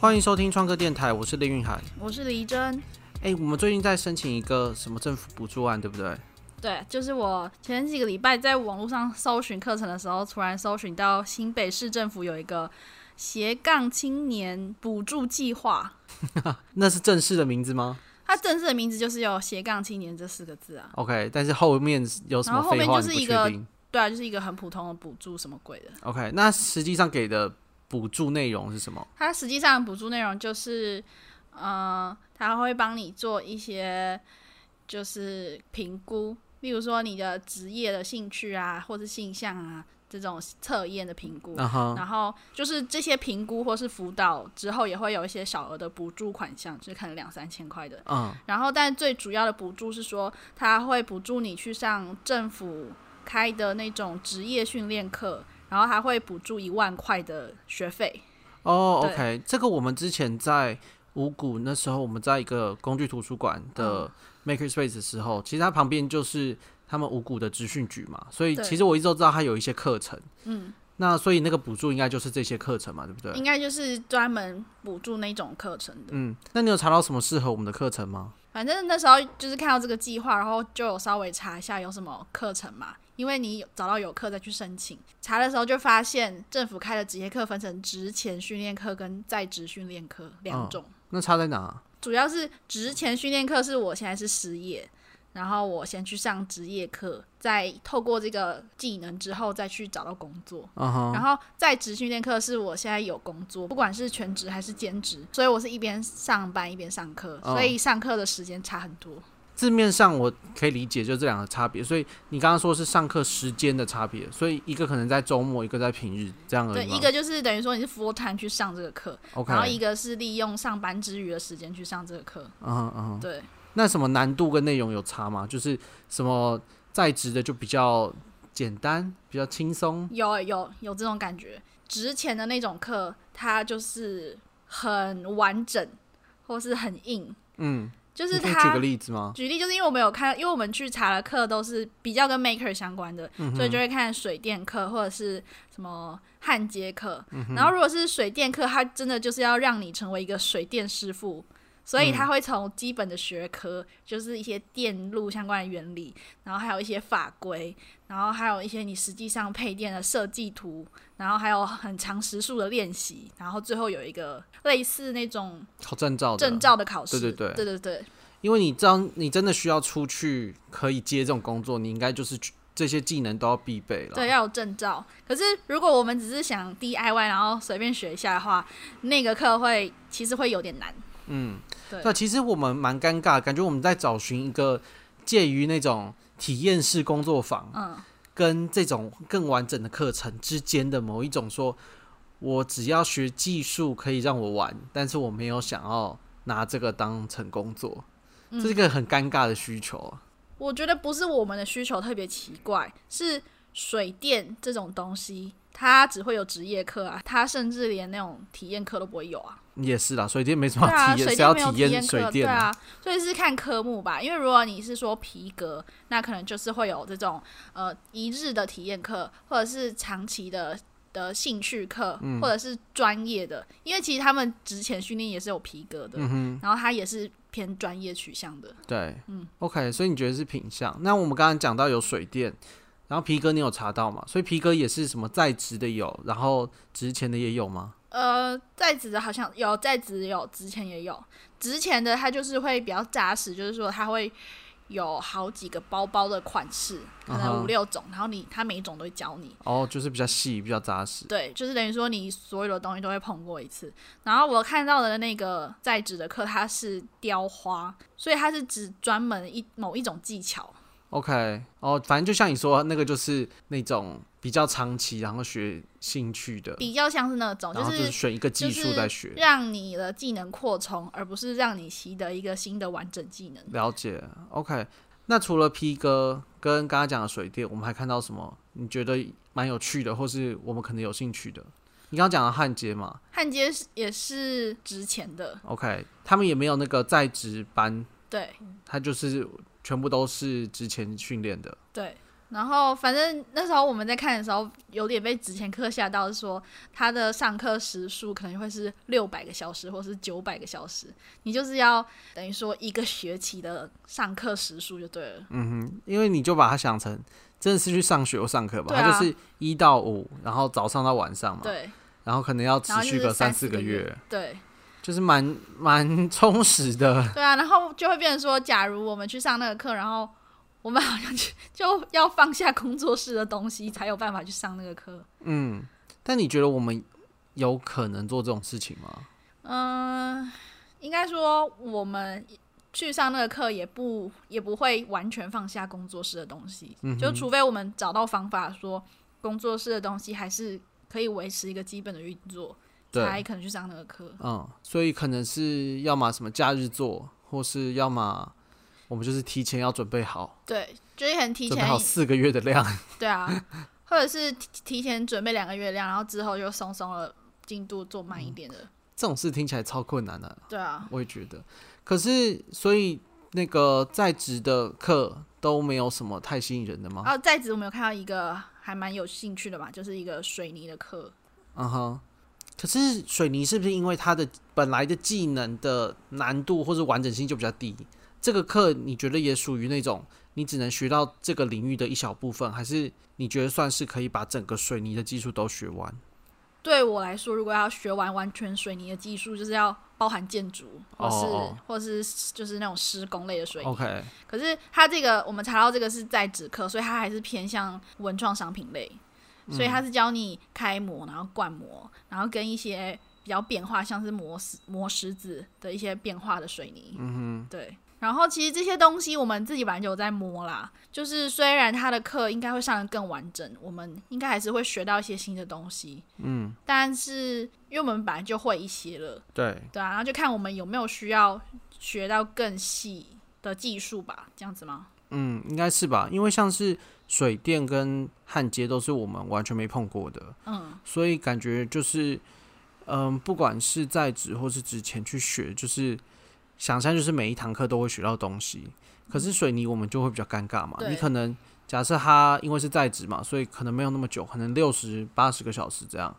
欢迎收听创客电台，我是林韵涵。我是黎真。哎、我们最近在申请一个什么政府补助案，对不对？对，就是我前几个礼拜在网络上搜寻课程的时候，突然搜寻到新北市政府有一个斜杠青年补助计划，那是正式的名字吗它正式的名字就是有斜杠青年这四个字啊。 ？OK，但是后面有什然么后后废面话就你是不一确个定对啊，就是一个很普通的补助，什么鬼的。 ？OK，那实际上给的补助内容是什么？它实际上补助内容就是，呃，它会帮你做一些就是评估，例如说你的职业的兴趣啊，或是性向啊这种测验的评估。嗯哼，然后就是这些评估或是辅导之后，也会有一些小额的补助款项，就是可能两三千块的。嗯，然后，但最主要的补助是说，他会补助你去上政府开的那种职业训练课，然后还会补助一万块的学费。哦、o 对 k 这个我们之前在五谷那时候，我们在一个工具图书馆嗯的 Maker Space 的时候，其实它旁边就是他们五谷的职训局嘛，所以对其实我一直都知道它有一些课程。嗯，那所以那个补助应该就是这些课程嘛，对不对应？该就是专门补助那种课程的。嗯，那你有查到什么适合我们的课程吗？反正那时候就是看到这个计划，然后就有稍微查一下有什么课程嘛，因为你有找到有课再去申请。查的时候就发现政府开的职业课分成职前训练课跟在职训练课两种，那差在哪？主要是职前训练课是我现在是失业，然后我先去上职业课，再透过这个技能之后再去找到工作。嗯哼，然后在职训练课是我现在有工作，不管是全职还是兼职，所以我是一边上班一边上课，哦所以上课的时间差很多。字面上我可以理解，就这两个差别。所以你刚刚说是上课时间的差别，所以一个可能在周末，一个在平日，这样而对，已吗。一个就是等于说你是 full time 去上这个课， OK，然后一个是利用上班之余的时间去上这个课。嗯哼嗯哼，对，那什么难度跟内容有差吗？就是什么在职的就比较简单，比较轻松。有有有这种感觉。之前的那种课，它就是很完整，或是很硬，嗯，就是你可以它举个例子吗？举例就是因为我们有看，因为我们去查的课都是比较跟 maker 相关的，嗯所以就会看水电课或者是什么焊接课。嗯然后如果是水电课，它真的就是要让你成为一个水电师傅，所嗯以它会从基本的学科，就是一些电路相关的原理，然后还有一些法规，然后还有一些你实际上配电的设计图，然后还有很长时数的练习，然后最后有一个类似那种考证照的，证照的考试。对对对对对对。因为你这样，你真的需要出去可以接这种工作，你应该就是去这些技能都要必备了。对，要有证照。可是如果我们只是想 DIY，然后随便学一下的话，那个课会其实会有点难。对那其实我们蛮尴尬，感觉我们在找寻一个介于那种体验式工作坊，嗯，跟这种更完整的课程之间的某一种说，我只要学技术可以让我玩，但是我没有想要拿这个当成工作，嗯这是一个很尴尬的需求啊。我觉得不是我们的需求特别奇怪，是水电这种东西，它只会有职业课啊，它甚至连那种体验课都不会有啊。也是啦，水电没什么对啊，好 体验，水谁要电没有体验验水课，对电啊，所以是看科目吧。因为如果你是说皮革，那可能就是会有这种呃一日的体验课，或者是长期的的兴趣课，嗯或者是专业的。因为其实他们职前训练也是有皮革的，嗯然后它也是偏专业取向的。对，嗯，OK，所以你觉得是品相？那我们刚刚讲到有水电，然后皮革你有查到吗？所以皮革也是什么在职的有，然后值钱的也有吗？呃，在职的好像有在职有，之前也有，之前的它就是会比较扎实，就是说它会有好几个包包的款式，可嗯能哼五六种，然后你它每一种都会教你。哦，就是比较细，比较扎实。对，就是等于说你所有的东西都会碰过一次。然后我看到的那个在职的课，它是雕花，所以它是指专门一某一种技巧。 OK，哦，反正就像你说，那个就是那种比较长期，然后学兴趣的，比较像是那种，然哦就后就是是选一个技术在就学是。让你的技能扩充，而不是让你习得一个新的完整技能。了解，OK。那除了皮革跟刚刚讲的水电，我们还看到什么？你觉得蛮有趣的，或是我们可能有兴趣的？你刚刚讲的焊接嘛，焊接是也是值钱的， OK，他们也没有那个在职班，对他就是全部都是之前训练的。对，然后反正那时候我们在看的时候，有点被值钱课吓到，说他的上课时数可能会是六百个小时，或是九百个小时，你就是要等于说一个学期的上课时数就对了。嗯哼，因为你就把它想成真的是去上学或上课吧，对啊它就是一到五，然后早上到晚上嘛，对然后可能要持然后就续是个三三四四个个月月，对就是蛮蛮充实的。对啊，然后就会变成说，假如我们去上那个课，然后我们好像就就要放下工作室的东西，才有办法去上那个课。嗯，但你觉得我们有可能做这种事情吗？嗯，应该说我们去上那个课也不也不会完全放下工作室的东西，嗯就除非我们找到方法说工作室的东西还是可以维持一个基本的运作，才对，可能去上那个课。嗯，所以可能是要么什么假日做，或是要么我们就是提前要准备好，对，就是很提准备前好，四个月的量。对啊，或者是提提前准备两个月亮，然后之后就松松了进度做慢嗯一点的，这种事听起来超困难的、对啊。我也觉得。可是，所以那个在职的课都没有什么太吸引人的吗？然后啊在职我们有看到一个还蛮有兴趣的嘛，就是一个水泥的课，嗯哼。可是水泥是不是因为它的本来的技能的难度或是完整性就比较低？这个课你觉得也属于那种你只能学到这个领域的一小部分，还是你觉得算是可以把整个水泥的技术都学完？对我来说，如果要学完完全水泥的技术，就是要包含建筑，或是、哦哦或是就是那种施工类的水泥。 OK，可是它这个我们查到这个是在职课，所以它还是偏向文创商品类，所以它是教你开模，然后灌模，然后跟一些比较变化，像是磨石磨石子的一些变化的水泥。嗯对。然后其实这些东西我们自己本来就有在摸啦，就是虽然它的课应该会上的更完整，我们应该还是会学到一些新的东西。嗯，但是因为我们本来就会一些了，对，对啊，然后就看我们有没有需要学到更细的技术吧，这样子吗？嗯，应该是吧，因为像是水电跟焊接都是我们完全没碰过的，嗯，所以感觉就是，嗯，不管是在职或是之前去学，就是想象就是每一堂课都会学到东西。可是水泥我们就会比较尴尬嘛，嗯对你可能假设他因为是在职嘛，所以可能没有那么久，可能六十八十个小时这样。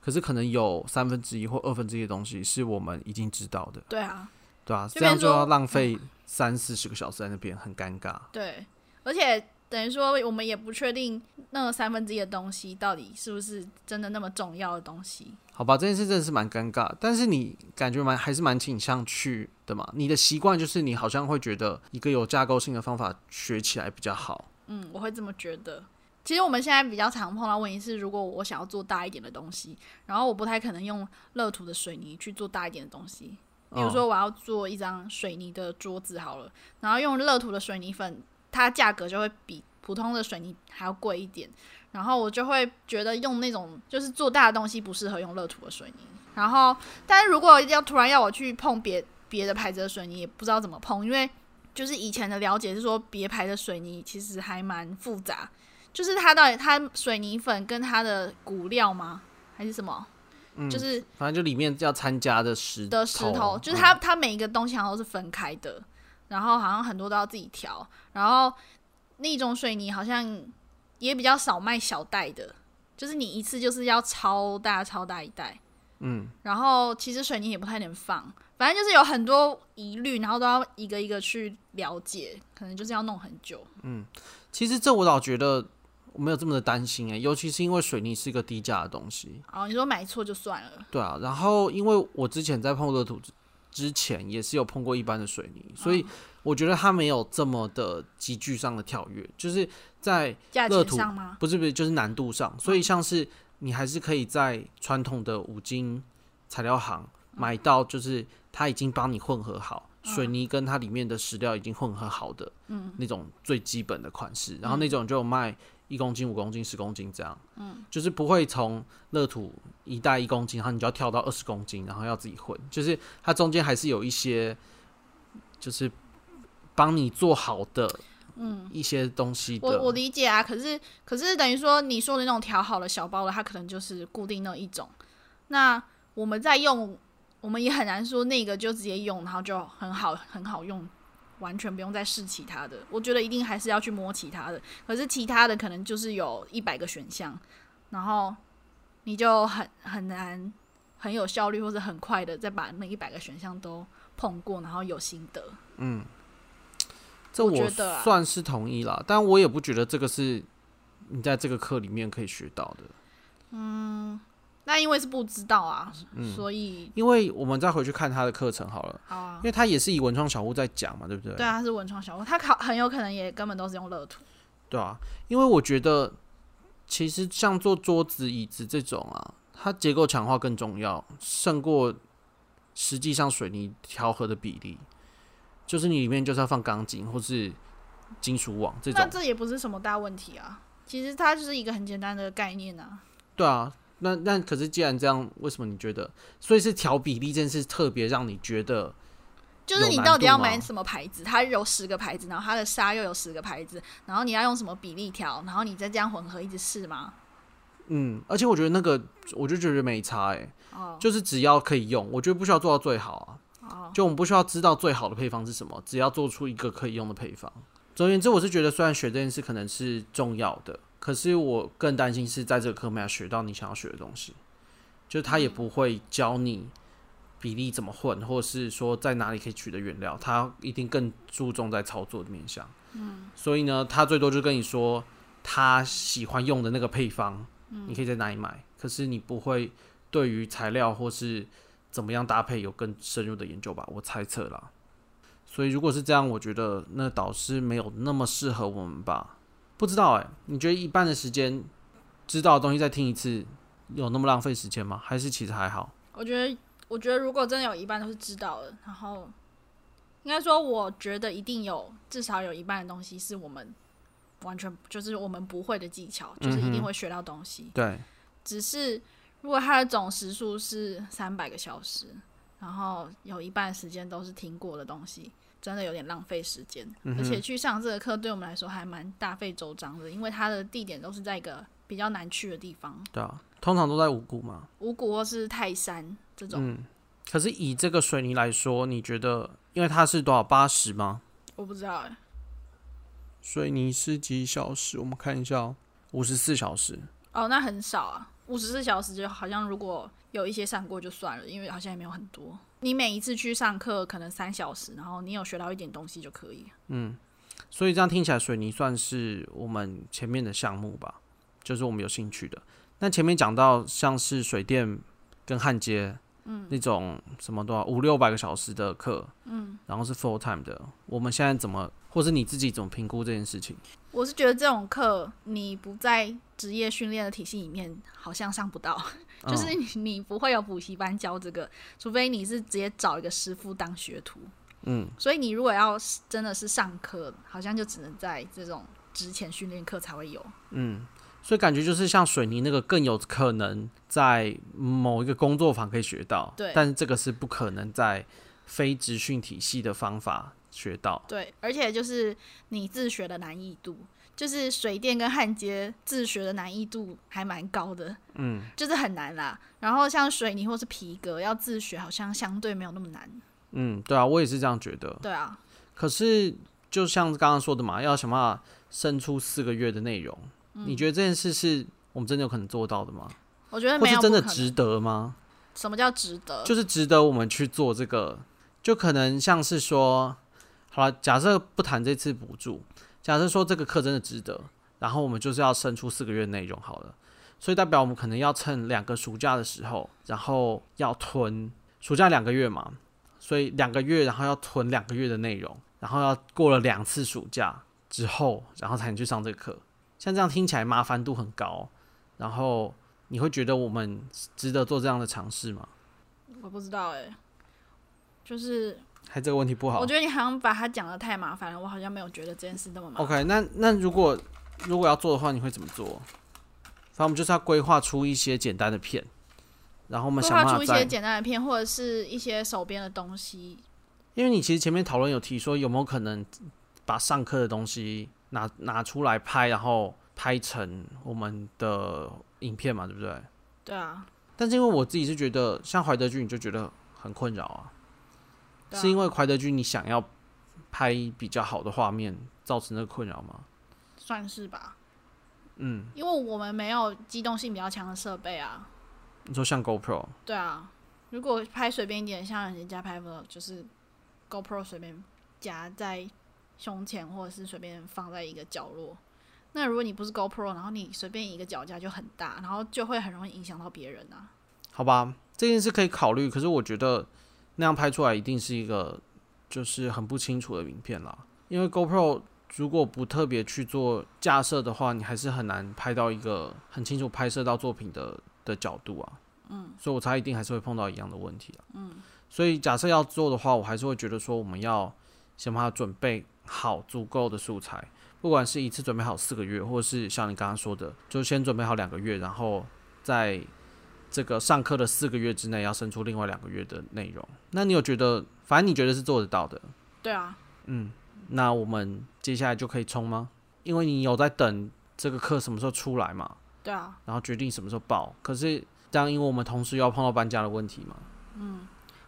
可是可能有三分之一或二分之一的东西是我们已经知道的，对啊，对啊，就这样变就要说嗯浪费三四十个小时在那边，很尴尬。对，而且等于说我们也不确定那三分之一的东西到底是不是真的那么重要的东西。好吧，这件事真的是蛮尴尬，但是你感觉蛮还是蛮倾向去的嘛？你的习惯就是你好像会觉得一个有架构性的方法学起来比较好。嗯，我会这么觉得。其实我们现在比较常碰到问题是，如果我想要做大一点的东西，然后我不太可能用乐土的水泥去做大一点的东西。比如说，我要做一张水泥的桌子好了，然后用乐土的水泥粉，它价格就会比普通的水泥还要贵一点。然后我就会觉得用那种就是做大的东西不适合用乐土的水泥。然后，但是如果要突然要我去碰别别的牌子的水泥，也不知道怎么碰，因为就是以前的了解是说，别牌的水泥其实还蛮复杂，就是它到底它水泥粉跟它的骨料吗？还是什么？嗯，就是是反正就里面要参加的石的石头，嗯就是它它每一个东西好像都是分开的，然后好像很多都要自己调，然后那种水泥好像也比较少卖小袋的，就是你一次就是要超大超大一袋，嗯，然后其实水泥也不太能放，反正就是有很多疑虑，然后都要一个一个去了解，可能就是要弄很久。嗯其实这我倒觉得我没有这么的担心诶、尤其是因为水泥是一个低价的东西。哦，你说买错就算了，对啊，然后因为我之前在碰热土之之前，也是有碰过一般的水泥，所嗯以我觉得它没有这么的急剧上的跳跃，就是在价乐钱土上吗？不是不是，就是难度上。所以像是你还是可以在传统的五金材料行买到，就是它已经帮你混合好水泥跟它里面的石料已经混合好的，嗯，那种最基本的款式。然后那种就有卖一公斤、五公斤、十公斤这样，嗯，就是不会从乐土一袋一公斤，然后你就要跳到二十公斤，然后要自己混，就是它中间还是有一些，就是。帮你做好的，嗯，一些东西的我我理解啊，可是可是等于说你说的那种调好了小包的，它可能就是固定那一种。那我们在用，我们也很难说那个就直接用，然后就很好很好用。完全不用再试其他的。我觉得一定还是要去摸其他的，可是其他的可能就是有一百个选项，然后你就很很难很有效率或者很快的再把那一百个选项都碰过，然后有心得。这我我觉得啊算是同意啦，但我也不觉得这个是你在这个课里面可以学到的，那因为是不知道啊，所以因为我们再回去看他的课程好了，好啊因。为他也是以文创小屋在讲嘛，对不对？对啊，他是文创小屋，他考很有可能也根本都是用乐图。对啊，因为我觉得其实像做桌子、椅子这种啊，它结构强化更重要，胜过实际上水泥调和的比例。就是你里面就是要放钢筋或是金属网这那种，这也不是什么大问题啊，其实它就是一个很简单的概念啊。对啊。那那可是既然这样，为什么你觉得？所以是调比例这件事特别让你觉得就是你有难到底要度吗买什么牌子？它有十个牌子，然后它的沙又有十个牌子，然后你要用什么比例调，然后你再这样混合一直试吗？嗯，而且我觉得那个我就觉得没差哎、哦就是只要可以用，我觉得不需要做到最好啊。哦，就我们不需要知道最好的配方是什么，只要做出一个可以用的配方。总而言之，我是觉得虽然学这件事可能是重要的，可是我更担心是在这个课没有学到你想要学的东西，就是他也嗯不会教你比例怎么混，或是说在哪里可以取得原料，他一定更注重在操作的面向。嗯，所以呢，他最多就跟你说他喜欢用的那个配方，你可以在哪里买，可是你不会对于材料或是怎么样搭配有更深入的研究吧，我猜测啦。所以如果是这样，我觉得那导师没有那么适合我们吧？不知道哎、你觉得一半的时间知道的东西再听一次，有那么浪费时间吗？还是其实还好？我觉得，我觉得如果真的有一半都是知道的，然后应该说，我觉得一定有至少有一半的东西是我们完全就是我们不会的技巧，就是一嗯定哼会学到东西。对，只是如果它的总时数是三百个小时，然后有一半时间都是听过的东西，真的有点浪费时间。而且去上这个课对我们来说还蛮大费周章的，因为它的地点都是在一个比较难去的地方，对啊，通常都在五谷嘛。五谷或是泰山这种。可是以这个水泥来说，你觉得，因为它是多少八十吗？我不知道哎，水泥是几小时？我们看一下、哦，五十四小时。哦，那很少啊，五十四小时就好像如果有一些上过就算了，因为好像也没有很多。你每一次去上课可能三小时，然后你有学到一点东西就可以了。所以这样听起来，水泥算是我们前面的项目吧，就是我们有兴趣的。那前面讲到像是水电跟焊接，嗯，那种什么多少五六百个小时的课，嗯，然后是 full time 的，我们现在怎么，或是你自己怎么评估这件事情？我是觉得这种课你不在职业训练的体系里面，好像上不到，嗯就是你 你不会有补习班教这个，除非你是直接找一个师傅当学徒。嗯，所以你如果要是真的是上课，好像就只能在这种职前训练课才会有。嗯所以感觉就是像水泥那个更有可能在某一个工作坊可以学到，对但是这个是不可能在非职训体系的方法学到，对，而且就是你自学的难易度，就是水电跟焊接自学的难易度还蛮高的，嗯，就是很难啦。然后像水泥或是皮革要自学，好像相对没有那么难。嗯，对啊，我也是这样觉得，对啊，可是就像刚刚说的嘛，要想办法生出四个月的内容，嗯你觉得这件事是我们真的有可能做到的吗？我觉得或没是有真的不可能值得吗？什么叫值得？就是值得我们去做这个，就可能像是说，好了，假设不谈这次补助，假设说这个课真的值得，然后我们就是要生出四个月的内容好了，所以代表我们可能要趁两个暑假的时候，然后要囤暑假两个月嘛，所以两个月，然后要囤两个月的内容，然后要过了两次暑假之后，然后才能去上这个课。像这样听起来麻烦度很高，然后你会觉得我们值得做这样的尝试吗？我不知道哎、就是还这个问题不好我。觉得你好像把它讲的太麻烦了，我好像没有觉得这件事那么麻烦。 OK，那那如果如果要做的话，你会怎么做？反正我们就是要规划出一些简单的片，然后我们规想划办出法一些在，简单的片，或者是一些手边的东西，因为你其实前面讨论有提说有没有可能把上课的东西拿拿出来拍，然后拍成我们的影片嘛，对不对？对啊，但是因为我自己是觉得，像怀德君，你就觉得很困扰啊，对啊是因为怀德君你想要拍比较好的画面，造成的困扰吗？算是吧，嗯，因为我们没有机动性比较强的设备啊。你说像 GoPro，对啊，如果拍随便一点，像人家拍 vlog，就是 GoPro 随便夹在胸前，或者是随便放在一个角落。那如果你不是 GoPro，然后你随便一个脚架就很大，然后就会很容易影响到别人啊。好吧，这件事可以考虑。可是我觉得那样拍出来一定是一个就是很不清楚的影片啦，因为 GoPro 如果不特别去做架设的话，你还是很难拍到一个很清楚拍摄到作品的的角度啊。嗯，所以我猜一定还是会碰到一样的问题啊。嗯，所以假设要做的话，我还是会觉得说我们要先把它准备好足够的素材。不管是一次准备好四个月，或是像你刚刚说的，就先准备好两个月，然后在这个上课的四个月之内要生出另外两个月的内容。那你有觉得，反正你觉得是做得到的，对啊，嗯，那我们接下来就可以冲吗？因为你有在等这个课什么时候出来嘛，对啊，然后决定什么时候报。可是这样，因为我们同时又要碰到搬家的问题嘛，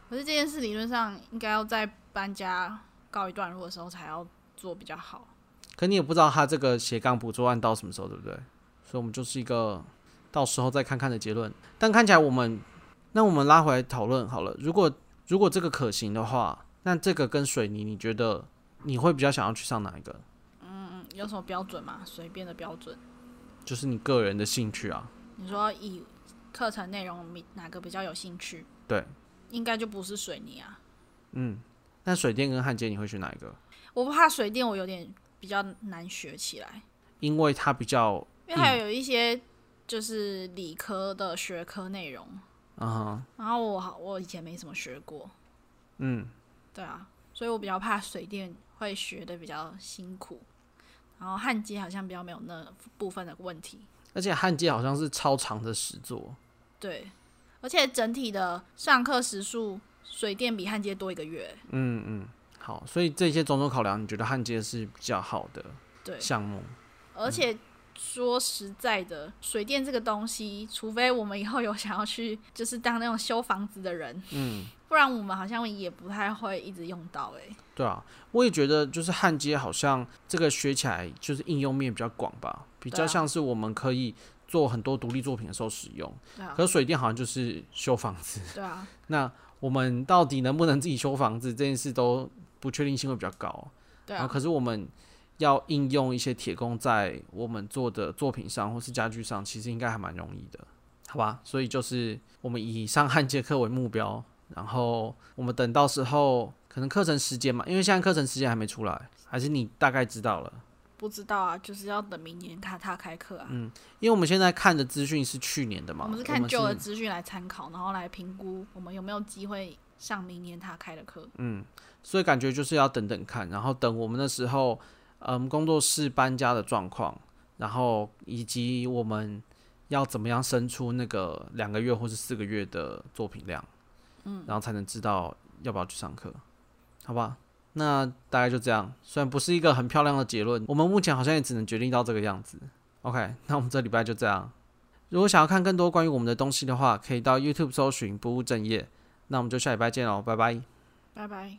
可是这件事理论上应该要在搬家告一段落的时候才要做比较好。可你也不知道他这个斜杠捕捉案到什么时候，对不对？所以我们就是一个到时候再看看的结论。但看起来我们，那我们拉回来讨论好了。如果如果这个可行的话，那这个跟水泥，你觉得你会比较想要去上哪一个？嗯，有什么标准吗？随便的标准。就是你个人的兴趣啊。你说以课程内容比哪个比较有兴趣？对，应该就不是水泥啊。嗯，那水电跟焊接你会选哪一个？我怕水电，我有点比较难学起来，因为它比较，因为还有一些就是理科的学科内容，嗯哼，然后我好我以前没怎么学过，嗯，对啊，所以我比较怕水电会学的比较辛苦，然后焊接好像比较没有那部分的问题，而且焊接好像是超长的实作，对，而且整体的上课时数，水电比焊接多一个月，嗯嗯，好，所以这些种种考量，你觉得焊接是比较好的对，项目？而且说实在的，水电这个东西，除非我们以后有想要去，就是当那种修房子的人，嗯，不然我们好像也不太会一直用到、欸。对啊，我也觉得就是焊接好像这个学起来就是应用面比较广吧，比对较啊像是我们可以做很多独立作品的时候使用。对啊，可是水电好像就是修房子， 对啊，那我们到底能不能自己修房子这件事都不确定性会比较高。对然后啊，可是我们要应用一些铁工在我们做的作品上或是家具上，其实应该还蛮容易的，好吧？所以就是我们以上焊接课为目标，然后我们等到时候可能课程时间嘛，因为现在课程时间还没出来，还是你大概知道了。不知道啊，就是要等明年看他开课啊。因为我们现在看的资讯是去年的嘛，我们是看旧的资讯来参考，然后来评估我们有没有机会上明年他开的课。所以感觉就是要等等看，然后等我们那时候，嗯，工作室搬家的状况，然后以及我们要怎么样生出那个两个月或是四个月的作品量，嗯，然后才能知道要不要去上课，好吧？那大概就这样，虽然不是一个很漂亮的结论，我们目前好像也只能决定到这个样子。OK，那我们这礼拜就这样。如果想要看更多关于我们的东西的话，可以到 YouTube 搜寻“不务正业”。那我们就下礼拜见喽，拜拜。拜拜。